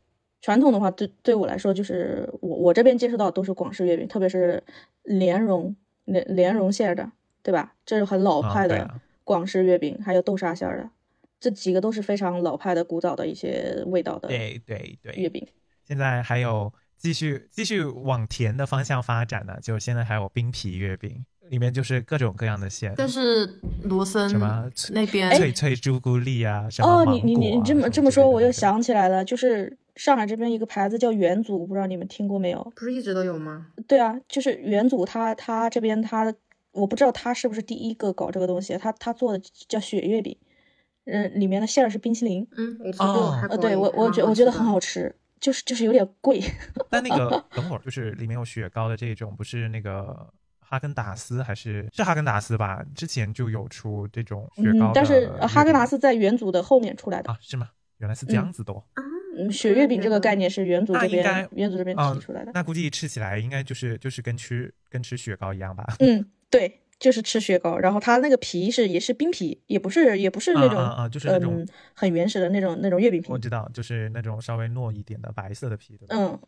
传统的话，对对我来说，就是我我这边接触到的都是广式月饼，特别是莲蓉莲莲蓉馅儿的，对吧？这是很老
啊
派
对
的
啊
广式月饼，还有豆沙馅儿的，这几个都是非常老派的、古早的一些味道的
对对对，
月饼。
现在还有继续继续往甜的方向发展呢，就现在还有冰皮月饼，里面就是各种各样的馅，
但是罗森
什么脆
那边
脆脆朱古力啊，什么
哎哦，
芒果啊、
你你你这么
什
这么
之类
说，
的
我又
东西
想起来了，就是上海这边一个牌子叫元祖，不知道你们听过没有？
不是一直都有吗？
对啊，就是元祖他他这边他，我不知道他是不是第一个搞这个东西，他他做的叫雪月饼，嗯，里面的馅儿是冰淇淋，
嗯，我吃
哦
过，还
呃，
可
对
以
我
还
我
蛮
觉我觉得
吃
很
的
好吃，就是就是有点贵，
但那个等会儿就是里面有雪糕的这种，不是那个哈根达斯还是是哈根达斯吧？之前就有出这种雪糕的月饼、
嗯，但是呃哈根达斯在元祖的后面出来的，
啊是吗？原来是这样子的哦、
啊。
嗯，雪月饼这个概念是元祖
那
这
应该
边元祖这边
啊
提出来的，
那估计吃起来应该就是就是跟吃跟吃雪糕一样吧？
嗯，对，就是吃雪糕，然后它那个皮是也是冰皮，也不是也不是那种
啊啊啊就是那种
嗯很原始的那种那种月饼皮
我，知道，就是那种稍微糯一点的白色的皮，对吧？
嗯，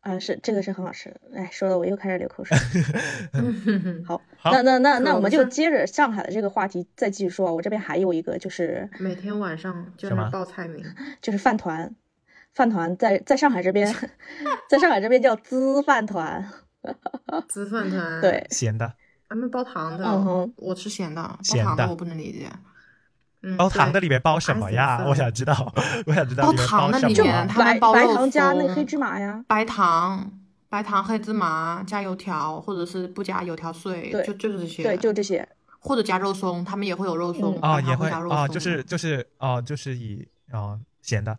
啊是这个是很好吃的，哎，说的我又开始流口水了。 好，
好
那那那
可
那我
不
们就是接着上海的这个话题再继续说啊。我这边还有一个就是
每天晚上就
什么
是报菜名，
就是饭团，饭团在在上海这边， 在上海这边叫滋饭团，
紫粉团，
哦对，
咸的，
他们包糖的，
嗯哼
我吃咸的，包
咸
糖
的
我不能理解。嗯，
包糖的
对
里面包什么呀？
对
我想知道，我想知道
包
里面
糖的
什
里
么
面
啊。
他
白
们包
白
肉
糖加那
松
黑芝麻呀，
白糖、白糖、黑芝麻加油条，或者是不加油条碎，
对
就就是这些，
对，就这些。
或者加肉松，他们也会有肉松，
嗯
啊、
白
也
糖
会
加肉
啊、
松，
就是就是哦、就是以啊、咸的。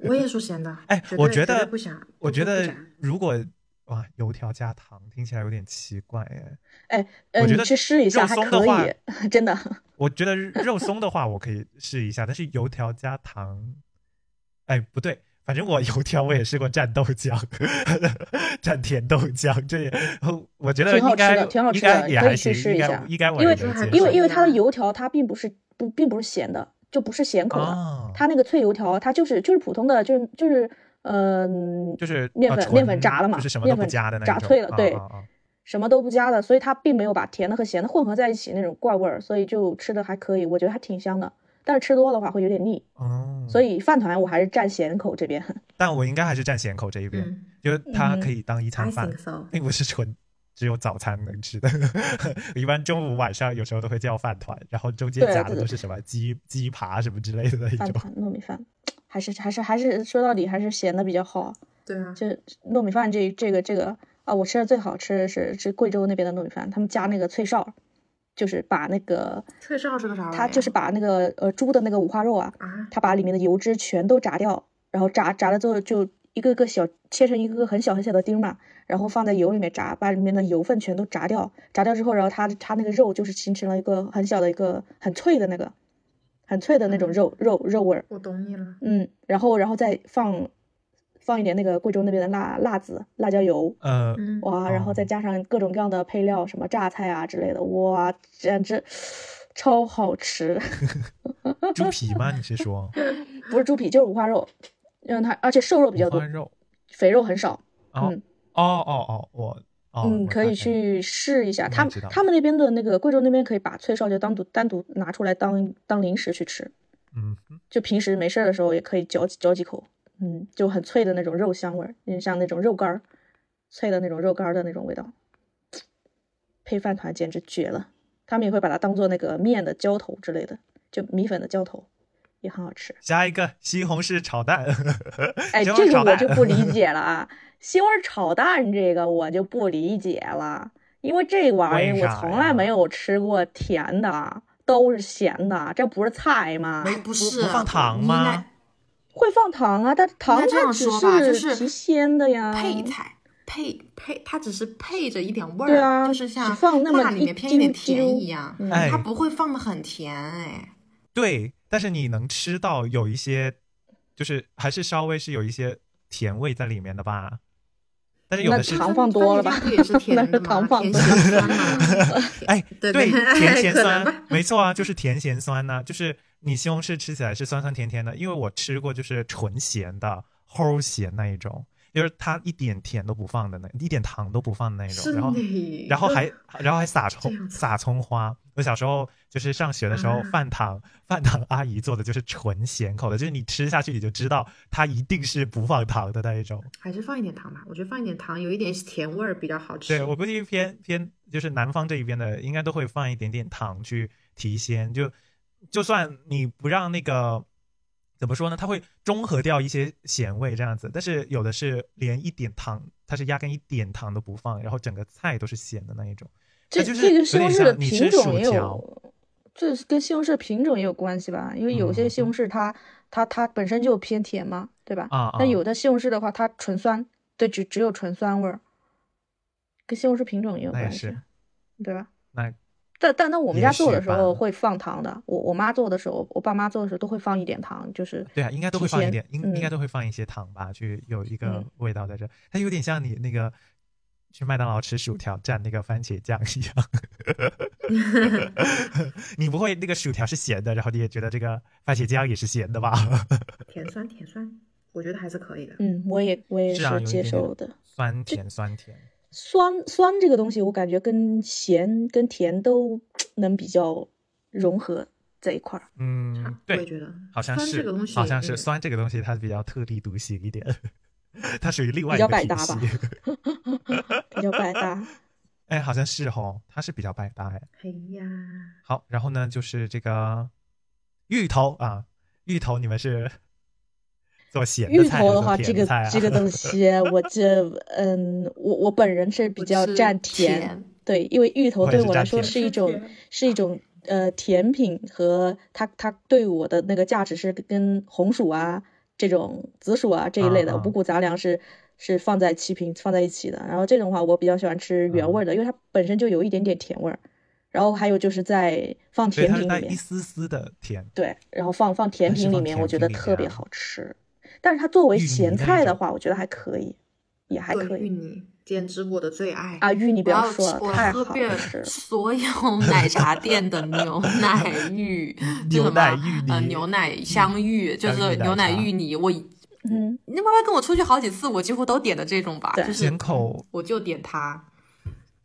我也说咸的，
哎
绝，对
我觉
绝
得
对不加，
我觉
绝对
得
不加
如果哇，油条加糖听起来有点奇怪哎。
哎，
我
呃，
觉
你
得
去试一
肉
下，还
松的
可
话
以，真的。
我觉得肉松的话，我可以试一下，但是油条加糖，哎，不对，反正我油条我也试过蘸豆浆， 蘸甜豆浆，这也我觉得
挺好
应该
吃的挺好吃
应
的
该也
可以
还
去
行，
试
应
一
该
下
应该我
因
也
为
能接
因
受
为因为它的
嗯
油条它并不是不并不是咸的，就不是咸口的，
啊，
它那个脆油条它就是就是普通的，就是就是嗯、
就是
面
啊
粉
纯
面粉炸了嘛，
就是什么都
面
不
粉
加的那
炸
种
脆了，
啊
对，
啊啊
什么都不加的，所以它并没有把甜的和咸的混合在一起那种怪味儿，所以就吃的还可以，我觉得还挺香的。但是吃多的话会有点腻，
哦，
所以饭团我还是蘸咸口这边。
但我应该还是蘸咸口这一边，
嗯
就是它可以当一餐
，I
饭，
think so。
并不是纯只有早餐能吃的。 一般中午、晚上有时候都会叫饭团，然后中间
对
夹
对
的都
对
是什么鸡鸡扒什么之类的那一
饭
种。
团、糯米饭，还是还是还是说到底还是咸的比较好。
对啊，
就糯米饭这这个这个啊，我吃的最好吃的是是贵州那边的糯米饭，他们加那个脆哨，就是把那个
脆哨是个啥玩意儿？
他就是把那个呃猪的那个五花肉啊，
啊，
他把里面的油脂全都炸掉，然后炸炸了之后就一个个小切成一个个很小很小的丁嘛，然后放在油里面炸，把里面的油分全都炸掉。炸掉之后，然后它它那个肉就是形成了一个很小的一个很脆的那个，很脆的那种肉肉肉味儿。
我懂你了。
嗯，然后然后再放放一点那个贵州那边的辣辣子辣椒油，
呃，
嗯，
哇，然后再
哦
加上各种各样的配料，什么榨菜啊之类的，哇，简直超好吃。
猪皮吗？你是说
不是猪皮，就是五花肉，让它而且瘦肉比较
五
多
花，肉？
肥肉很少。
哦
嗯
哦哦哦，我哦，
嗯，
我
可
大
以
概
去试一下。
我
他们
知道
他们那边的那个贵州那边可以把脆哨就单独单独拿出来当当零食去吃，
嗯
就平时没事儿的时候也可以嚼几嚼几口，嗯，就很脆的那种肉香味儿，嗯，像那种肉干儿，脆的那种肉干儿的那种味道，配饭团简直绝了。他们也会把它当做那个面的浇头之类的，就米粉的浇头，也很好吃。
加一个西红柿炒蛋。
哎，
西红
这
柿
个
炒
我
蛋
就不理解了啊！西红柿炒蛋这个我就不理解了，因为这玩意儿
为
我
啥
从来
呀
没有吃过甜的，都是咸的，这不是菜吗？
没不是
不放糖
你
吗
应
会放糖啊，但糖
那这
它
样
只
说吧就是是
提鲜的呀
该。配菜配配，它只是配着一点味儿，
对啊
就是像
只放那么
辣里
一
面偏一点
丢丢
甜一样，
嗯
哎
它不会放的很甜哎。
对，但是你能吃到有一些，就是还是稍微是有一些甜味在里面的吧。但是有
那
的是，
糖放多了吧
番茄酱不也是甜
那
的
是
吗？
糖放
甜
多
咸酸嘛
哎，
对
对，
对
甜咸
可能吧
酸，没错啊，就是甜咸酸呐、就是你西红柿吃起来是酸酸甜甜的，因为我吃过就是纯咸的齁咸那一种，就是它一点甜都不放的那，一点糖都不放的那种，
是
然后
的。
然后还然后还撒葱
这样子
撒葱花。我小时候就是上学的时候
啊，
饭堂饭堂阿姨做的就是纯咸口的，就是你吃下去你就知道它一定是不放糖的那一种。
还是放一点糖吧，我觉得放一点糖，有一点甜味儿比较好吃。
对我估计偏偏就是南方这一边的，应该都会放一点点糖去提鲜，就就算你不让那个。怎么说呢？它会中和掉一些咸味这样子，但是有的是连一点糖，它是压根一点糖都不放，然后整个菜都是咸的那一种。
这
就是
这
有
个西红
点
柿的
像你
品
吃
种
薯
也
条嗯
有，这是跟西红柿品种也有关系吧？因为有些西红柿它、它它本身就偏甜嘛，对吧？
啊啊
但有的西红柿的话，它纯酸，对，只只有纯酸味儿，跟西红柿品种也有
那也
关系
是，，
对吧？
那
但但当我们
也
家做
许
的时
吧
候会放糖的，我我妈做的时候，我爸妈做的时候都会放一点糖，就是
对啊，应该都
提
会放一
鲜
点，应应该
嗯
都会放一些糖吧，去有一个
嗯
味道在这。它有点像你那个去麦当劳吃薯条蘸那个番茄酱一样， 你不会那个薯条是咸的，然后你也觉得这个番茄酱也是咸的吧？
甜酸甜酸，我觉得还是可以的。
嗯，我也我 也
是啊，有
是
一
接
点
受的
点。酸甜酸甜。
酸酸这个东西，我感觉跟咸跟甜都能比较融合在一块儿。
嗯，
我也
对，
觉得
好像
酸
是
这个东，西
好像是
嗯
酸这个东西，它比较特立独行一点， 它属于另外一
较
个
百
体
搭
系
吧。比较百搭。
哎，好像是哦，它是比较百搭哎。
哎呀，
好，然后呢就是这个芋头啊，芋头你们是 做咸的
芋
菜
头的话，
还是做
这个
甜菜啊？
这 个东西， 我这嗯，我我本人是比
我
较
吃
占甜，
甜
对，因为芋头
我也
对
是
我来
蘸
说
甜
是一
吃
种
甜
是一种呃甜品和它它对我的那个价值是跟红薯啊这种紫薯啊这一类
啊
的
啊
五谷杂粮是是放在齐平放在一起的。然后这种的话，我比较喜欢吃原味的，因为它本身就有一点点甜味儿。然后还有就是在放
所以
甜
它是
品
带
里
一
面，
丝丝的甜。
对，然后放放甜
还是
品里
放
面，
甜
我觉
品
得
里
特
面
别
啊
好吃。但是它作为
芋泥
咸
那一
菜的
种，
话，我觉得还可以，也还可
对芋
以
泥简直我的 最爱
啊。芋泥不
我要
要说
吃我
了，太
喝
好
遍
吃了。
所有奶茶店的牛奶芋 就
牛
什
奶
么
芋
呃
泥
牛奶香芋，就
香芋
是
奶
牛奶
茶
芋泥。我你
嗯。
妈妈跟我出去好几次，我几乎都点的这种吧，
对
就是
咸口
我就点它。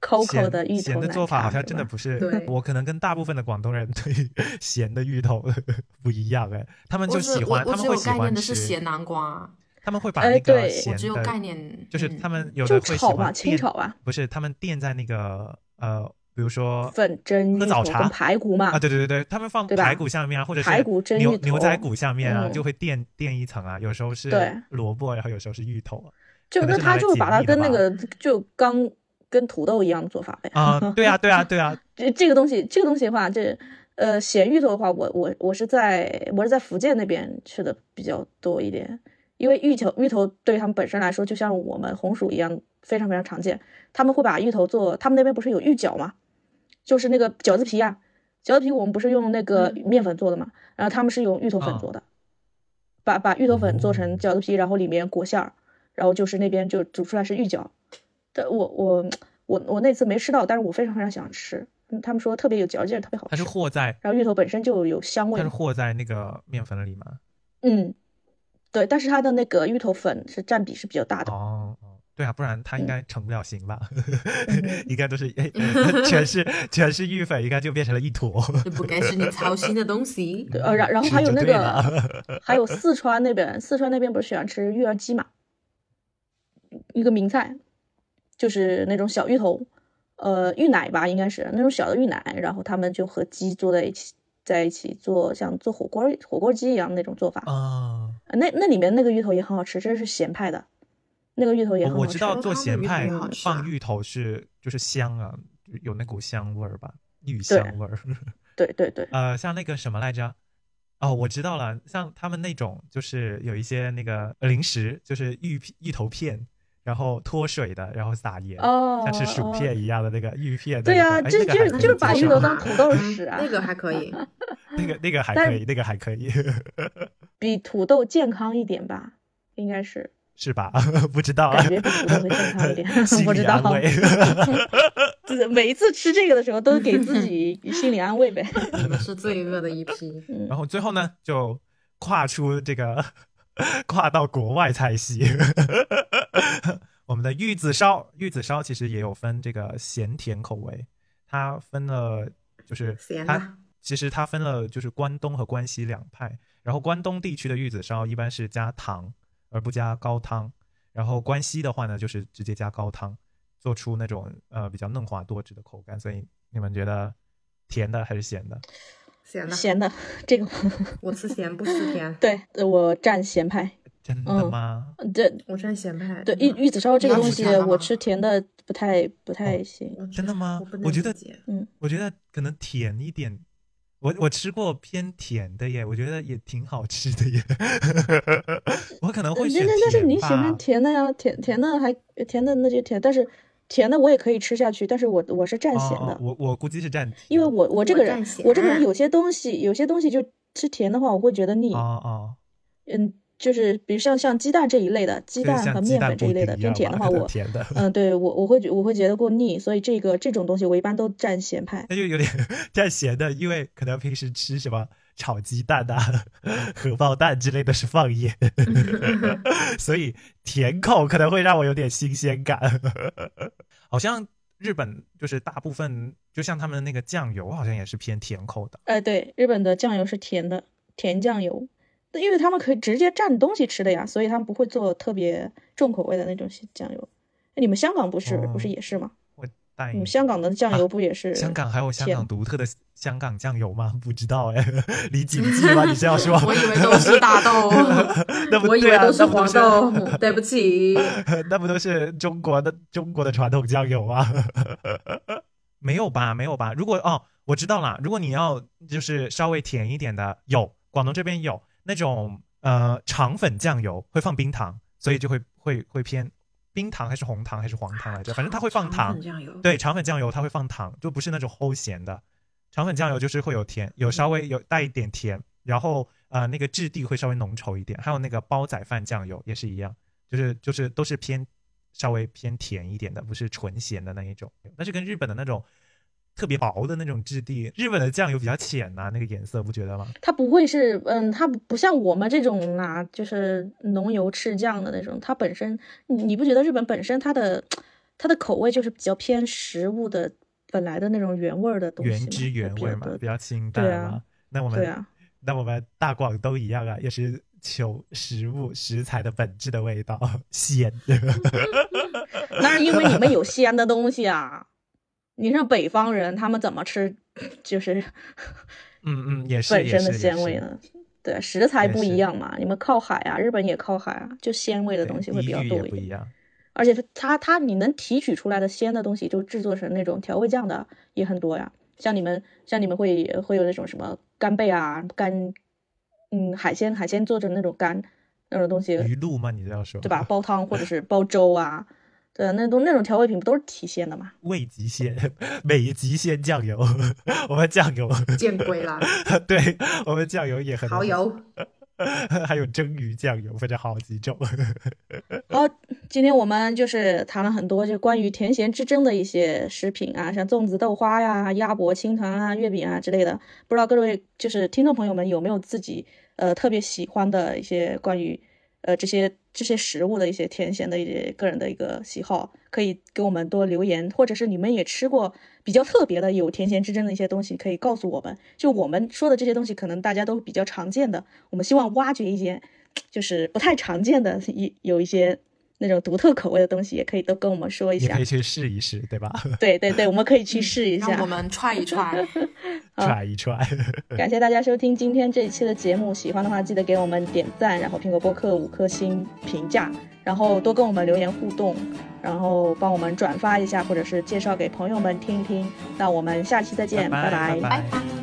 Coco
咸
的芋
咸
头
的
奶
做法
茶
好像
是
真的
吧
不是
对
我，可能跟大部分的广东人 对咸的芋头 不一样哎，他们
我
就
只
喜
我
欢，
我
他
只
们
有
会喜
概念
欢
的是
吃
咸南瓜，
他们会把
哎
那个
对
咸
我只有概
的，
念，
就是
嗯
他们有
就
的会喜
炒嘛，
欢
清
垫，
炒啊，
不是他们垫在那个呃，比如说
粉
呃
蒸
喝
芋
早
头
茶
跟排骨嘛
啊，，对对对对，他们放
对吧
排骨下面啊，或者是
排骨蒸
牛
芋头
牛仔骨下面啊，
嗯
就会垫垫一层啊，有时候是
对
萝卜，然后有时候是芋头
就
可能
那
是
他
拿来
就
解
把它
腻的
跟那
吧
个就刚跟土豆一样的做法呗。
啊，对啊对啊对啊，
这这个东西，这个东西的话，这呃咸芋头的话，我我我是在我是在福建那边吃的比较多一点，因为芋头芋头对他们本身来说，就像我们红薯一样，非常非常常见。他们会把芋头做，他们那边不是有芋饺嘛，就是那个饺子皮啊，饺子皮我们不是用那个
嗯
面粉做的嘛，然后他们是用芋头粉
嗯
做的，把把芋头粉做成
哦
饺子皮，然后里面裹馅儿，然后就是那边就煮出来是芋饺。但我我我我那次没吃到，但是我非常非常想吃。嗯他们说特别有嚼劲儿，特别好
它
吃
是。和在
然后芋头本身就有香味
它是，和在那个面粉里嘛，
嗯，对，但是它的那个芋头粉是占比是比较大的。
哦。哦对啊，不然它应该成不了型吧？
嗯。
应该都是、哎、全是全是芋粉，应该就变成了一坨。
这不该是你操心的 东西
对，呃，然然后
是
还有
就
那
对
个
了，
还有四川那边，四川那边不是喜欢吃芋儿鸡嘛，一个名菜，就是那种小芋头，呃，芋奶吧，应该是那种小的芋奶，然后他们就和鸡做在一起，在一起做像做火锅火锅鸡一样那种做法。
啊、
呃那那里面那个芋头也很好吃，这是咸派的，那个芋头也很好
我
吃。
知道做咸派
那它的芋头也好吃啊
放芋头是就是香啊，有那股香味儿吧，芋香味儿。
对对对，
呃，像那个什么来着？哦，我知道了，像他们那种就是有一些那个零食，就是芋片芋头片，然后脱水的，然后撒盐，
哦，
像是薯
哦
片一样的那个芋片的
对
那种。
呀、
哎
就
那
是
个还
就是
可以
就是把
接
芋
受
头
嘛
当土豆
嗯
使啊
那，个还可 以，
那个那个还
但
可以，那个还可以，
比土豆健康一点吧，应该是
是吧？ 不知道啊，
感觉比土豆会健康一点，
心
不知
理安
道。
慰。
自每一次吃这个的时候，都给自 己心理安慰呗。
你们是罪恶的一批。
嗯
然，后最后呢，就跨出这个 跨到国外菜系。 我们的玉子烧，玉子烧其实也有分这个咸甜口味，它分了就是
咸
它
的
其实它分了就是关东和关西两派。然后关东地区的玉子烧一般是加糖而不加高汤，然后关西的话呢就是直接加高汤，做出那种呃比较嫩滑多汁的口感。所以你们觉得甜的还是咸的？
咸的，
咸的这个，
我吃咸不吃甜
对呃我蘸咸派，
真的
嗯
吗？
这
我蘸咸派。
对玉玉子烧这个
你要
东
吃
西
它，吗
我吃甜的不太不
哦
太行。
我觉得
真的吗
我不能
我觉得
理解
我觉得可能甜一点，我我吃过偏甜的耶，我觉得也挺好吃的耶。 我可能会
但
选甜吧
但但是你喜欢甜的呀，甜甜的还甜的那就甜，但是甜的我也可以吃下去，但是我我是蘸咸
哦
的
哦，我我估计是蘸甜，
因为我我这
我
个人
蘸，
我这个人
咸
有些东西，有些东西就吃甜的话，我会觉得腻
哦。哦，
嗯，就是比如像像鸡蛋这一类的，鸡
就是
蛋和
像鸡
面
蛋
粉这一类的，
布丁 样
偏甜的
吧
话，
可能
我
甜的，
嗯，对我我会觉我会觉得过腻，所以这个这种东西我一般都蘸咸派。
那就有点蘸咸的，因为可能平时吃什么炒鸡蛋啊、 荷包蛋之类的是放盐， 所以甜口可能会让我有点新鲜感。好像日本就是大部分，就像他们那个酱油，好像也是偏甜口的。
哎、对，日本的酱油是甜的，甜酱油。因为他们可以直接蘸东西吃的呀，所以他们不会做特别重口味的那种酱油。哎你们香港不是、不是
哦
也是吗？
我带
你
你
们嗯香港的酱油
啊
不也是、
香港还有香
甜
港独特的香港酱油吗？不知道哎， 李锦记吗？你是要说
？我以为都是大豆，
那不
我以
对
为
啊，
都是
那不
黄
是
豆，对不起。
那不都是中国的中国的传统酱油吗？ 没有吧，没有吧。如果哦，我知道啦。如果你要就是稍微甜一点的，有广东这边有那种呃肠粉酱油，会放冰糖，所以就会会会偏冰糖还是红糖还是黄糖来着，反正它会放
肠
糖
粉。酱油，
对，肠粉酱油它会放糖，就不是那种齁咸的。肠粉酱油就是会有甜，有稍微有带一点甜，然后呃那个质地会稍微浓稠一点。还有那个煲仔饭酱油也是一样，就是就是都是偏稍微偏甜一点的，不是纯咸的那一种。但是跟日本的那种特别薄的那种质地，日本的酱油比较浅呐、那个颜色不觉得吗？
它不会是，嗯，它不不像我们这种拿、就是浓油赤酱的那种，它本身你你不觉得日本本身它的它的口味就是比较偏食物的本来的那种原味儿的东西嘛，
原汁原味嘛
比较，多
比较清淡
对啊
嘛。那我们
对啊，
那我们大广东一样啊，也是求食物食材的本质的味道， 鲜。
那是因为你 们有鲜的东西啊。你像北方人，他们怎么吃，就是
嗯嗯，也是
本身
也是
的
也
鲜味
是
呢？对，啊食材
也
不
是
一样嘛。你们靠海啊，日本也靠海啊，就鲜味的
对
东西会
地
比较
域
多
也不
点
一。样。
而且它它你能提取出来的鲜的东西，就制作成那种调味酱的也很多呀。像你们像你们会会有那种什么干贝啊、干嗯海鲜海鲜做成那种干那种东西，
鱼露吗？你这样说
对 吧？？煲汤或者是煲粥啊，对啊，那都那种调味品不都是提鲜的嘛？
味极鲜，美极鲜酱油， 我们酱油，
见鬼啦，
对我们酱油也很
蚝，油。
还有蒸鱼酱油，反正好几种。
好，今天我们就是谈了很多就关于甜咸之争的一些食品啊，像粽子、豆花呀、鸭脖、青团啊、月饼啊之类的。不知道各位就是听众朋友们有没有自己呃特别喜欢的一些关于呃这些这些食物的一些甜咸的一些个人的一个喜好，可以给我们多留言，或者是你们也吃过比较特别的有甜咸之争的一些东西，可以告诉我们。就我们说的这些东西，可能大家都比较常见的，我们希望挖掘一些就是不太常见的，一有一些那种独特口味的东西，也可以啊都跟我 们说一
也
下
可以。去试一试，对吧？
对对对，我们可以去试一下。
嗯让我们踹一踹。
好
踹一踹，
感谢大家收听今天这一期的节目，喜欢的话记得给我们点赞，然后苹果播客五颗星评价，然后多跟我们留言互动，然后帮我们转发一下，或者是介绍给朋友们听一听。那我们下期再见，
拜
拜
拜。